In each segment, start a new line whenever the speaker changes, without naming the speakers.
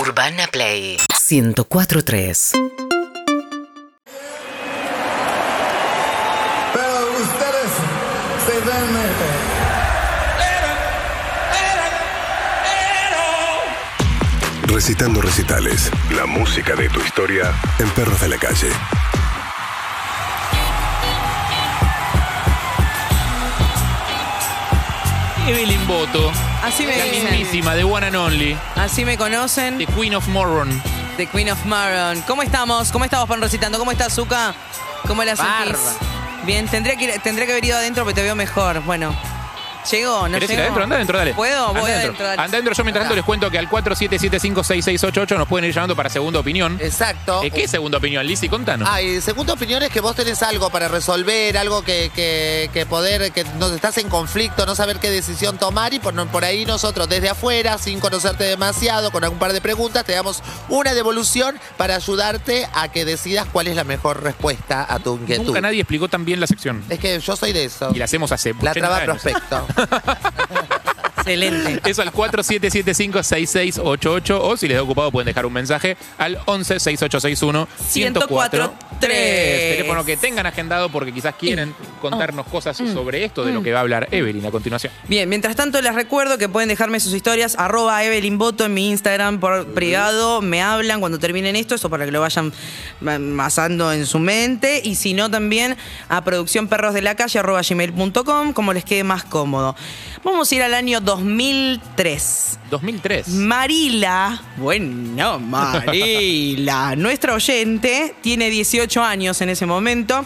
Urbana Play 1043.
Pero ustedes se ven. eh,
Recitando recitales. La música de tu historia en Perros de la Calle.
Evelyn Boto,
Así me
la
dicen.
mismísima de One and Only,
Así me conocen.
de Queen of Moron.
The Queen of Maron. ¿Cómo estamos? ¿Cómo estamos, Pan Recitando? ¿Cómo está Zuka? ¿Cómo la sentís?
Bárbaro.
Bien, tendría que, ir- tendría que haber ido adentro, pero te veo mejor. Bueno, llegó, no
¿Querés ir
llegó?
adentro? Anda adentro, dale.
¿Puedo?
Andá
Voy
adentro.
adentro, dale.
Andá adentro. Yo mientras tanto les cuento que al 47756688 nos pueden ir llamando para segunda opinión.
Exacto.
Eh, ¿Qué es segunda opinión, Lizzy? Contanos.
Ah, y segunda opinión es que vos tenés algo para resolver, algo que, que, que poder, que no, estás en conflicto, no saber qué decisión tomar y por, no- por ahí nosotros desde afuera, sin conocerte demasiado, con algún par de preguntas, te damos una devolución para ayudarte a que decidas cuál es la mejor respuesta a tu inquietud.
Nunca nadie explicó tan bien la sección.
Es que yo soy de eso.
Y la hacemos hace
La
80
traba
años.
prospecto.
Excelente.
Eso al 47756688 o si les da ocupado pueden dejar un mensaje al 116861
1043.
Teléfono que tengan agendado porque quizás quieren
Oh.
contarnos cosas
Mm.
sobre esto de lo que va a hablar Evelyn a continuación.
Bien, mientras tanto les recuerdo que pueden dejarme sus historias, arroba Evelyn Boto en mi Instagram por privado, me hablan cuando terminen esto, eso para que lo vayan mm, masando en su mente, y si no también a producción perros de la calle, arroba gmail.com, como les quede más cómodo. Vamos a ir al año 2003.
2003.
Marila, bueno, Marila, nuestra oyente, tiene 18 años en ese momento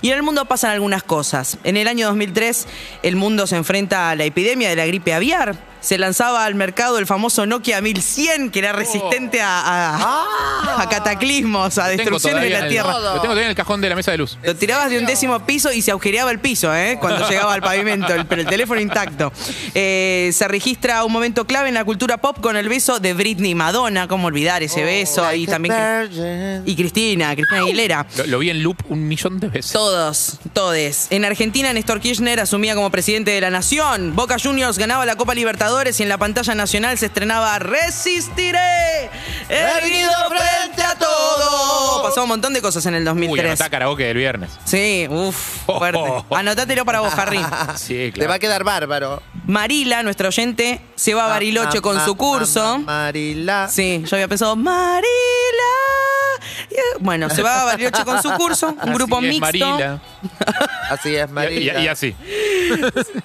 y en el mundo pasan algunas cosas. En el año 2003 el mundo se enfrenta a la epidemia de la gripe aviar. Se lanzaba al mercado el famoso Nokia 1100,
Oh.
que era resistente a, a- a cataclismos, a destrucciones de
Ah. todavía
la
en el-
Tierra.
Lo tengo todavía en el cajón de la mesa de luz.
Lo tirabas de un décimo piso y se agujereaba el piso, ¿eh? Cuando llegaba al pavimento, el- pero el teléfono intacto. Eh, se registra un momento clave en la cultura pop con el beso de Britney y Madonna, cómo olvidar ese beso y también y Cristina, Cristina Aguilera.
Lo, lo vi en loop un millón de veces.
Todos, todes. En Argentina, Néstor Kirchner asumía como presidente de la nación. Boca Juniors ganaba la Copa Libertadores y en la pantalla nacional se estrenaba Resistiré, erguido frente a todo. Pasó un montón de cosas en el
Uy,
2003.
anotá karaoke del viernes.
Sí, uff, fuerte. Anotátelo para vos, Harry.
Sí,
Te va a
claro.
quedar bárbaro.
Marila, nuestra oyente, se
Ah,
va a Bariloche
Ma-
con
ma-
su
ma-
curso.
ma- Marila.
Sí, yo había pensado, Marila. Y, eh, Bueno, se va a Bariloche con su curso, un
Así
grupo
es,
mixto.
Marila.
Así es,
Y- Y,
Marila.
y así.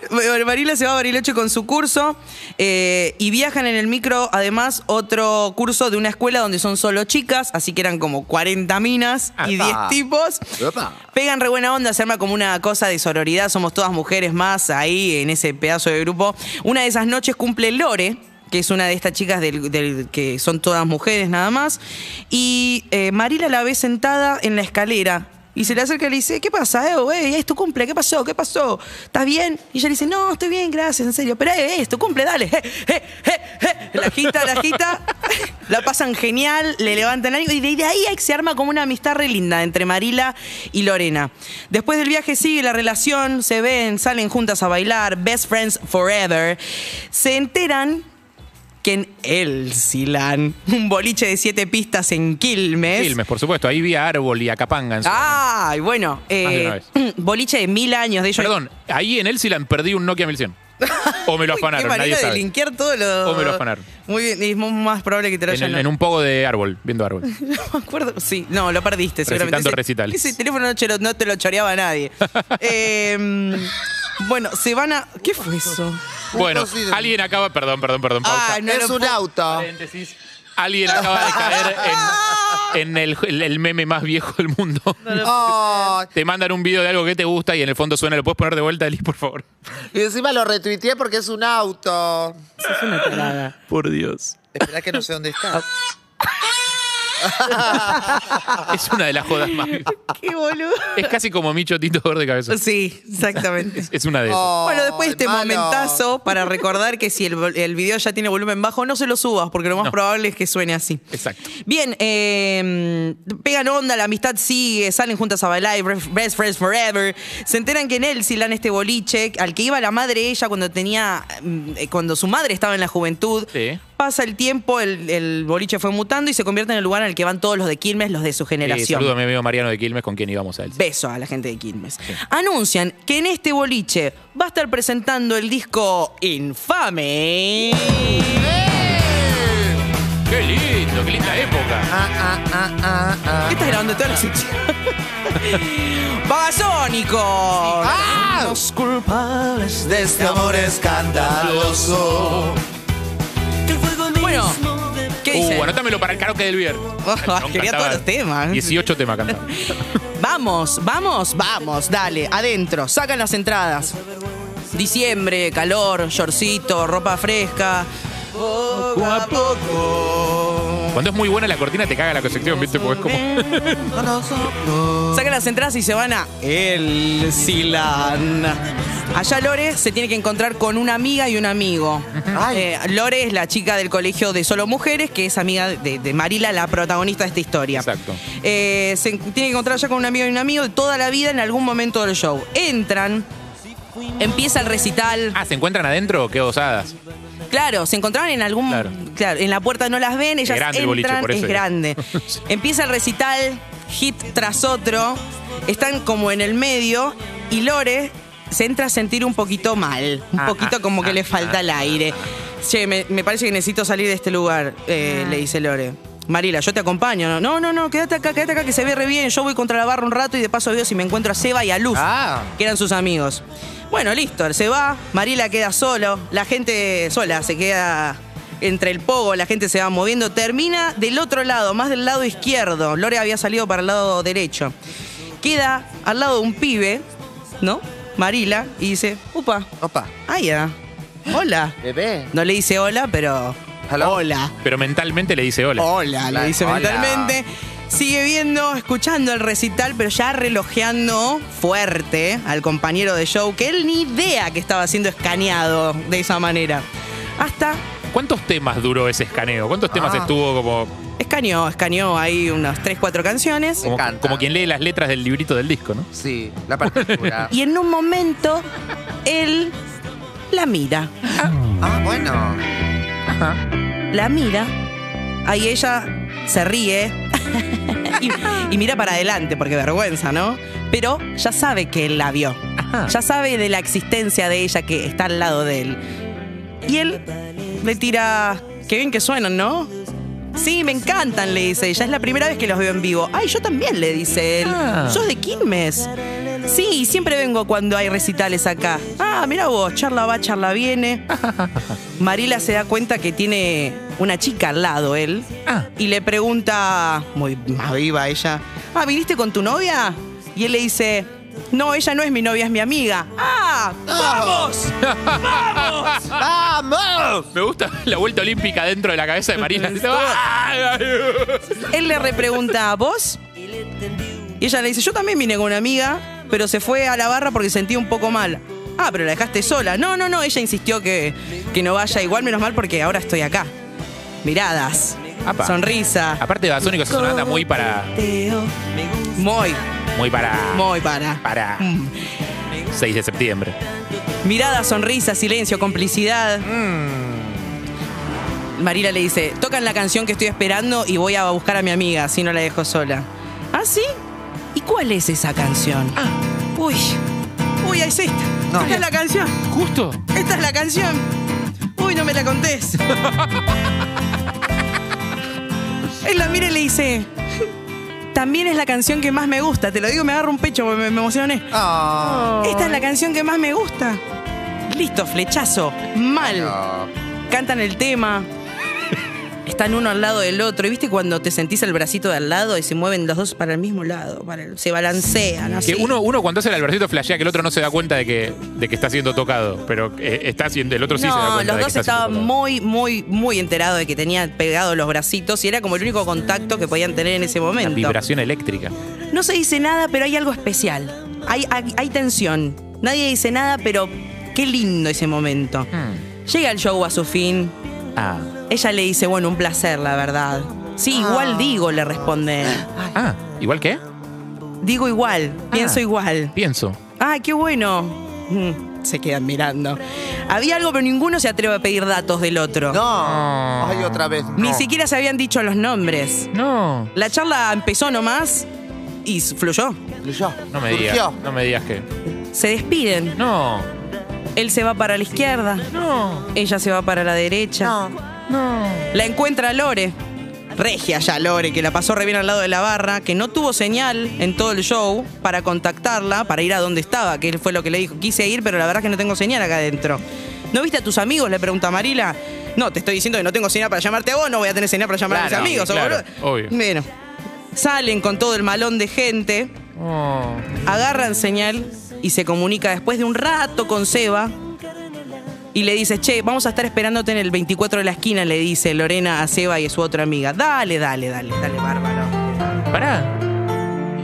Bueno, Marila se va a Bariloche con su curso eh, y viajan en el micro, además, otro curso de una escuela donde son solo chicas, así que eran como 40 minas y
Apa.
10 tipos.
Opa.
Pegan re buena onda, se arma como una cosa de sororidad, somos todas mujeres más ahí en ese pedazo de grupo. Una de esas noches cumple Lore, que es una de estas chicas del, del- que son todas mujeres nada más, y eh, Marila la ve sentada en la escalera. Y se le acerca y le dice, ¿qué pasa, eh, güey? Es tu cumple, ¿qué pasó? ¿Qué pasó? ¿Estás bien? Y ella le dice, no, estoy bien, gracias, en serio. Pero eh, es tu cumple, dale. eh, eh, eh, eh". La agita, la agita. La pasan genial, le levantan algo. Y de de ahí se arma como una amistad re linda entre Marila y Lorena. Después del viaje sigue la relación, se ven, salen juntas a bailar, best friends forever. Se enteran que en Elsilan, un boliche de siete pistas en Quilmes.
Filmes, por supuesto. Ahí vi a Árbol y a Capanga. en su-
Ah, Ay, bueno,
de
eh, boliche de mil años de ellos.
Perdón, ahí en Elsilan perdí un Nokia 1100. O me lo
Uy, qué
afanaron, nadie
manera de
sabe.
linkear todo lo.
O me lo afanaron.
Muy bien, y es mu- más probable que te lo
En,
hayan.
el- en un poco de árbol, viendo árbol.
No me acuerdo. Sí, no, lo perdiste, seguramente.
Recitando
Ese-
recitales.
Ese teléfono no, chero- no te lo choreaba nadie. Eh, bueno, se van a. ¿Qué fue eso?
Bueno,
poco sí de-
alguien acaba. Perdón, perdón, perdón, pausa.
Ah, no
es
lo
un
puedo-
auto.
Paréntesis. Alguien acaba de caer en, en el, el- el meme más viejo del mundo.
Ay,
Te mandan un video de algo que te gusta y en el fondo suena. ¿Lo puedes poner de vuelta, Eli, por favor?
y encima lo retuiteé porque es un auto.
Por Dios.
Esperá que no sé dónde está.
Es una de las jodas más.
Qué boludo.
Es casi como Micho Tito de cabeza.
Sí, exactamente.
Es una de esas.
Oh,
Bueno, después de este
hermano.
momentazo, para recordar que si el, vol- el video ya tiene volumen bajo, no se lo subas, porque lo más
No.
probable es que suene así.
Exacto.
Bien, eh, pegan onda, la amistad sigue, salen juntas a bailar, ref- best friends forever. Se enteran que en Elsilan, este boliche, al que iba la madre ella cuando tenía, mm, eh, cuando su madre estaba en la juventud,
Sí.
pasa el tiempo, el, el boliche fue mutando y se convierte en el lugar en el que van todos los de Quilmes, los de su
Eh,
generación.
saludo a mi amigo Mariano de Quilmes, con quien íbamos al.
Beso a la gente de Quilmes. Anuncian que en este boliche va a estar presentando el disco Infame.
¡Qué lindo! ¡Qué linda época!
Ah, ah, ah, ah, ah.
¿Qué estás grabando toda la sección? ¡Babasónico! Ah.
Los culpables de este amor escandaloso.
Bueno, ¿qué dice?
Uh, anótamelo para el karaoke del viernes. Cantaba
Quería todos los temas.
18 temas cantaba.
Vamos, vamos, vamos, dale, adentro, sacan las entradas. Diciembre, calor, shortcito, ropa fresca. Poco a poco.
Cuando es muy buena la cortina te caga la sección, ¿viste? Porque es como...
Sacan las entradas y se van a El Silán. Allá Lore se tiene que encontrar con una amiga y un amigo. Eh, Lore es la chica del colegio de solo mujeres, que es amiga de, de Marila, la protagonista de esta historia.
Exacto.
Eh, se en- tiene que encontrar ya con un amigo y un amigo de toda la vida en algún momento del show. Entran, empieza el recital.
Ah, ¿se encuentran adentro? Qué osadas.
Claro, se encontraron en algún. Claro.
Claro.
en la puerta no las ven, ellas
grande el boliche,
entran,
por eso
es
digo.
grande. Empieza el recital, hit tras otro, están como en el medio y Lore se entra a sentir un poquito mal, un
Ah,
poquito
ah,
como que
ah,
le falta
ah,
el aire. Che, me, me parece que necesito salir de este lugar, eh, le dice Lore. Marila, yo te acompaño. No, no, no, no, quédate acá, quédate acá que se ve re bien. Yo voy contra la barra un rato y de paso veo si me encuentro a Seba y a Luz
Ah.
que eran sus amigos. Bueno, listo, él se va, Marila queda solo, la gente sola se queda entre el pogo, la gente se va moviendo, termina del otro lado, más del lado izquierdo, Lore había salido para el lado derecho. Queda al lado de un pibe, ¿no? Marila, y dice, upa,
Opa,
ay, ah, hola.
bebé.
No le dice hola, pero...
Hello.
Hola.
Pero mentalmente le dice hola.
Hola, le dice
Hola.
mentalmente. Sigue viendo, escuchando el recital, pero ya relojeando fuerte al compañero de show, que él ni idea que estaba siendo escaneado de esa manera. Hasta
¿Cuántos temas duró ese escaneo? ¿Cuántos temas
Ah.
estuvo como,
escaneó, escaneó ahí unas 3, 4 canciones.
Me
como,
encanta.
como quien lee las letras del librito del disco, no?
Sí, la partitura.
Y en un momento, él la mira.
ah, bueno.
la mira. Ahí ella se ríe y, y mira para adelante, porque vergüenza, ¿no? Pero ya sabe que él la vio. Ya sabe de la existencia de ella que está al lado de él. Y él le tira. Qué bien que suenan, ¿no? Sí, me encantan, le dice ella. Es la primera vez que los veo en vivo. Ay, yo también, le dice él. ¿Sos de Quilmes? Sí, y siempre vengo cuando hay recitales acá. Ah, mira vos, charla va, charla viene. Marila se da cuenta que tiene una chica al lado él
Ah.
y le pregunta, muy más viva ella, ah, ¿viniste con tu novia? Y él le dice, no, ella no es mi novia, es mi amiga. ¡Ah! ¡Vamos!
¡Vamos!
Me gusta la vuelta olímpica dentro de la cabeza de Marina. ¡Ah!
Él le repregunta, ¿a vos? Y ella le dice, yo también vine con una amiga, pero se fue a la barra porque sentí un poco mal. Ah, pero la dejaste sola. No, no, no, ella insistió que, que no vaya igual, menos mal porque ahora estoy acá. Miradas,
Apa.
sonrisa,
Aparte de Basónicos es una banda muy para.
muy,
Muy para.
muy para.
Para.
Mm.
6 de septiembre.
Mirada, sonrisa, silencio, complicidad. Marila le dice, tocan la canción que estoy esperando y voy a buscar a mi amiga, si no la dejo sola. ¿Ah, sí? ¿Y cuál es esa canción? Uy, uy, ahí está. Esta es la canción,
¿Justo?
esta es la canción. Uy, no me la contés. Él la mira y le dice, también es la canción que más me gusta. Te lo digo, me agarro un pecho porque me- me emocioné.
Ah.
Esta es la canción que más me gusta. Listo, flechazo. Mal.
No.
Cantan el tema. Están uno al lado del otro. Y viste cuando te sentís el bracito de al lado y se mueven los dos para el mismo lado. para el- se balancean así.
Que uno, uno cuando hace el albercito flashea que el otro no se da cuenta de que, de que está siendo tocado. Pero eh, está siendo, el otro sí se da
no,
cuenta.
los
de que
dos
está siendo
estaban
tocado.
muy, muy, muy enterados de que tenían pegados los bracitos y era como el único contacto que podían tener en ese
Una
momento.
vibración eléctrica.
No se dice nada, pero hay algo especial. Hay, hay- hay tensión. Nadie dice nada, pero qué lindo ese momento.
Hmm.
Llega el show a su fin.
Ah.
Ella le dice, bueno, un placer, la verdad. Sí, igual digo, le responde. él.
Ah, ¿igual qué?
Digo igual, pienso
Ah.
igual.
Pienso.
Ah, qué bueno. Mm, Se quedan mirando. Había algo, pero ninguno se atreve a pedir datos del otro.
No. Ay, otra vez.
Ni
no.
siquiera se habían dicho los nombres.
No.
La charla empezó nomás y fluyó.
Fluyó.
No me
Surgió.
digas. No me digas que.
Se despiden.
No.
Él se va para la izquierda.
No.
Ella se va para la derecha.
No.
La encuentra Lore. Regia ya Lore, que la pasó re bien al lado de la barra, que no tuvo señal en todo el show para contactarla, para ir a donde estaba, que él fue lo que le dijo. Quise ir, pero la verdad es que no tengo señal acá adentro. ¿No viste a tus amigos? Le pregunta Marila. No, te estoy diciendo que no tengo señal para llamarte a vos, no voy a tener señal para llamar a
Claro,
mis amigos. ¿o
claro,
boludo?
obvio.
Bueno, salen con todo el malón de gente,
Oh.
agarran señal y se comunica después de un rato con Seba. Y le dice, che, vamos a estar esperándote en el 24 de la esquina, le dice Lorena a Seba y a su otra amiga. Dale, dale, dale, dale, bárbaro.
Pará.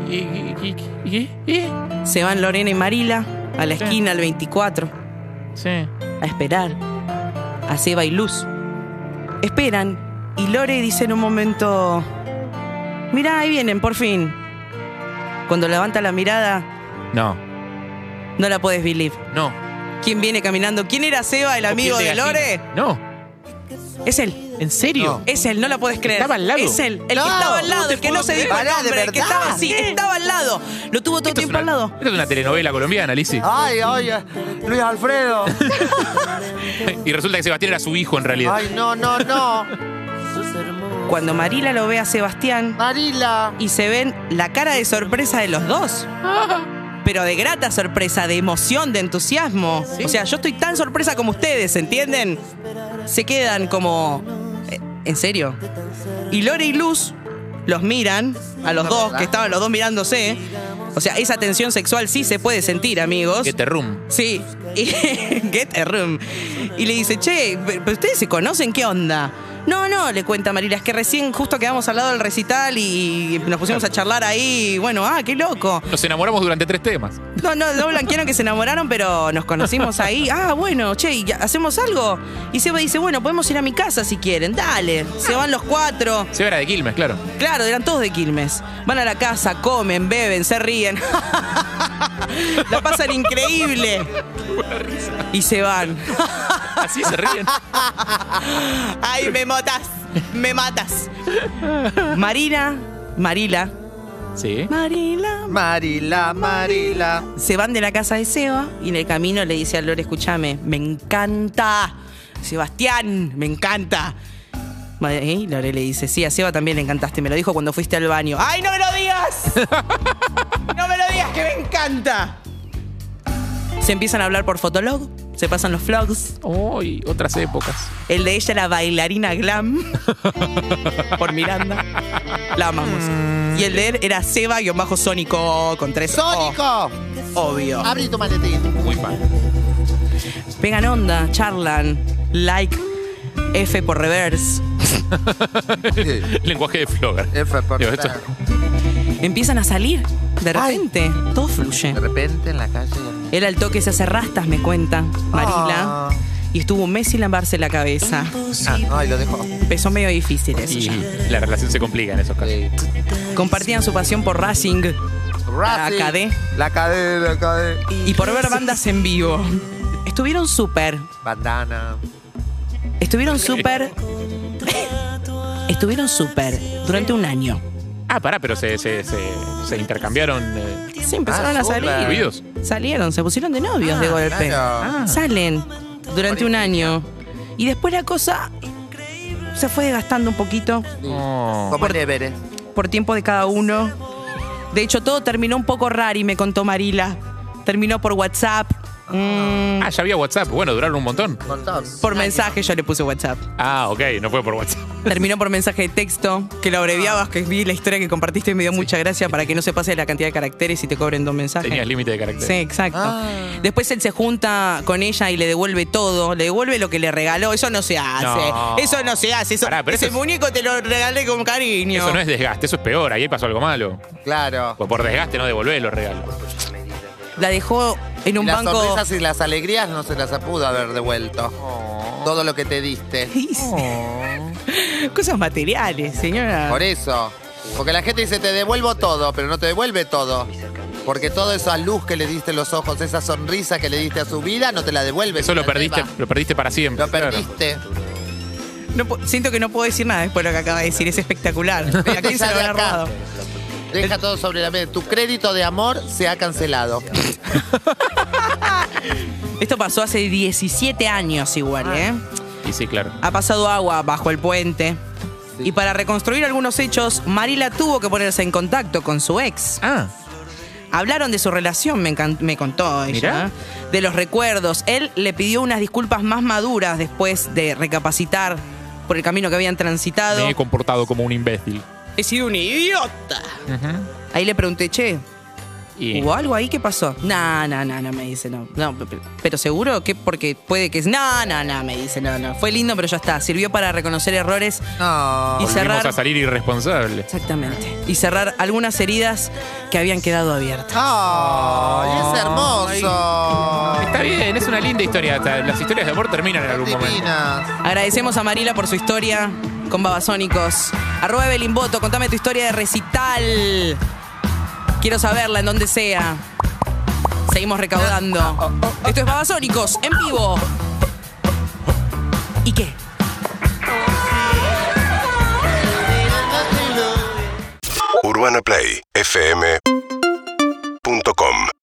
¿Y, y, y, y- y?
Se van Lorena y Marila a la
Sí.
esquina, al 24,
Sí.
a esperar a Seba y Luz. Esperan y Lore dice en un momento, mirá, ahí vienen, por fin. Cuando levanta la mirada,
No.
no la puedes believe.
No.
¿Quién viene caminando? ¿Quién era Seba, el amigo
Piel
de Lore?
gallina. No.
Es él.
¿En serio?
Es él, no la podés creer.
Estaba al lado.
Es él, el
No,
que estaba al
no
lado,
te
el que
puedo
no se
creer.
dijo el
Pará, ¿de
nombre, el que
verdad?
estaba así, estaba al lado. Lo tuvo
Esto
todo el
es
tiempo
una-
al lado.
Esto es una telenovela colombiana, Lizzy.
Ay, ay, ay. Luis Alfredo.
Y resulta que Sebastián era su hijo en realidad.
Ay, no, no, no.
Cuando Marila lo ve a Sebastián
Marila.
y se ven la cara de sorpresa de los dos. Pero de grata sorpresa, de emoción, de entusiasmo. O sea, yo estoy tan sorpresa como ustedes, ¿entienden? Se quedan como... eh, ¿En serio? Y Lore y Luz los miran, a los dos, que estaban los dos mirándose. O sea, esa tensión sexual sí se puede sentir, amigos.
Que te rum.
Sí, y, get a room. Y le dice, che, pero pero ustedes se conocen, ¿qué onda? No, no, le cuenta Marila, es que recién justo quedamos al lado del recital y nos pusimos a charlar ahí. y Bueno, ah, qué loco.
Nos enamoramos durante tres temas.
No, no, no blanquearon que se enamoraron, pero nos conocimos ahí. Ah, bueno, che, ¿y ¿hacemos algo? Y Seba dice, bueno, podemos ir a mi casa si quieren, dale. Se van los cuatro.
Seba era de Quilmes, claro.
Claro, eran todos de Quilmes. Van a la casa, comen, beben, se ríen. la pasan increíble. Y se van.
Así se ríen.
Ay, me matas. Me matas. Marina, Marila.
Sí.
Marila.
Marila, Marila.
Se van de la casa de Seba y en el camino le dice a Lore, escúchame, me encanta. Sebastián, me encanta. Ma- ¿eh? Y Lore le dice, sí, a Seba también le encantaste. Me lo dijo cuando fuiste al baño. ¡Ay, no me lo digas! ¡No me lo digas que me encanta! Se empiezan a hablar por Fotolog, se pasan los vlogs.
Uy, otras épocas.
El de ella era bailarina glam. por Miranda. La amamos.
Mm.
Y el de él era Seba-Sónico con tres O,
Sónico, Ah.
obvio.
abrí tu maletín.
Muy mal.
pegan onda, charlan, like, F por reverse.
Lenguaje de Flogger.
F por
Digo, esto-
Empiezan a salir de repente. Todo fluye.
De repente en la calle.
Él al toque se hace rastas, me cuenta Marila.
Ah.
Y estuvo un mes sin lavarse la cabeza.
Ah, ay, lo dejó.
Empezó medio difícil eso
Y
ya.
la relación se complica en esos casos.
Compartían su pasión por Racing
Racing.
La KD.
La KD, la KD.
y por ver bandas en vivo. Estuvieron súper.
Bandana.
Estuvieron súper. Estuvieron súper durante un año.
Ah, pará, pero se, se, se, se intercambiaron eh,
Sí, empezaron
Ah,
a
súper.
salir.
fluidos.
Salieron, se pusieron de novios de golpe.
claro.
Ah. Salen durante un año. Y después la cosa se fue desgastando un poquito
Oh.
Como Nevere.
por tiempo de cada uno. De hecho, todo terminó un poco raro y me contó Marila. Terminó por WhatsApp. Mm,
Ah, ya había WhatsApp. Bueno, duraron un montón.
Montón.
por mensaje yo le puse WhatsApp.
Ah, ok, no fue por WhatsApp.
Terminó por mensaje de texto, que lo abreviabas, que vi la historia que compartiste y me dio mucha gracia para que no se pase la cantidad de caracteres y te cobren dos mensajes.
Tenías límite de caracteres.
Sí, exacto.
Ah.
Después él se junta con ella y le devuelve todo, le devuelve lo que le regaló. Eso no se hace.
No.
Eso no se hace. Eso,
Pará, pero
ese
eso es-
muñeco te lo regalé con cariño.
Eso no es desgaste, eso es peor. Ahí pasó algo malo.
Claro.
Pues por desgaste no devolvés los regalos.
La dejó en un
las
banco.
sonrisas y las alegrías no se las pudo haber devuelto. Todo lo que te diste. Oh.
Cosas materiales, señora.
Por eso. Porque la gente dice, te devuelvo todo, pero no te devuelve todo. Porque toda esa luz que le diste en los ojos, esa sonrisa que le diste a su vida, no te la devuelves.
Eso lo
Villalba.
perdiste, lo perdiste para siempre.
Lo
claro.
perdiste.
No pu- siento que no puedo decir nada después de lo que acaba de decir. Es espectacular. ¿A quién se lo
Sale
habrá
acá.
robado?
Deja todo sobre la mesa. Tu crédito de amor se ha cancelado.
Esto pasó hace 17 años igual, ¿eh?
Y sí, claro.
Ha pasado agua bajo el puente. Y para reconstruir algunos hechos, Marila tuvo que ponerse en contacto con su ex.
Ah,
Hablaron de su relación, me, encan- me contó ella. ¿eh?
Mirá.
De los recuerdos. Él le pidió unas disculpas más maduras después de recapacitar por el camino que habían transitado.
me he comportado como un imbécil.
He sido un idiota. Ahí le pregunté, che,
Y
¿Hubo algo ahí? ¿Qué pasó? No, no, no, no, me dice, no. no pe- pe- pero seguro que porque puede que... No, no, no, me dice, no, no. Fue lindo, pero ya está. Sirvió para reconocer errores
No.
y
volvimos a
cerrar...
salir irresponsable.
Exactamente. Y cerrar algunas heridas que habían quedado abiertas.
Oh, es hermoso.
Está bien, es una linda historia. hasta Las historias de amor terminan en algún momento.
Divinas.
Agradecemos a Marila por su historia con Babasónicos. Arroba Evelyn Boto, contame tu historia de recital. Quiero saberla en donde sea. Seguimos recaudando. Esto es Babasónicos, en vivo. ¿Y qué?
UrbanaPlayFM.com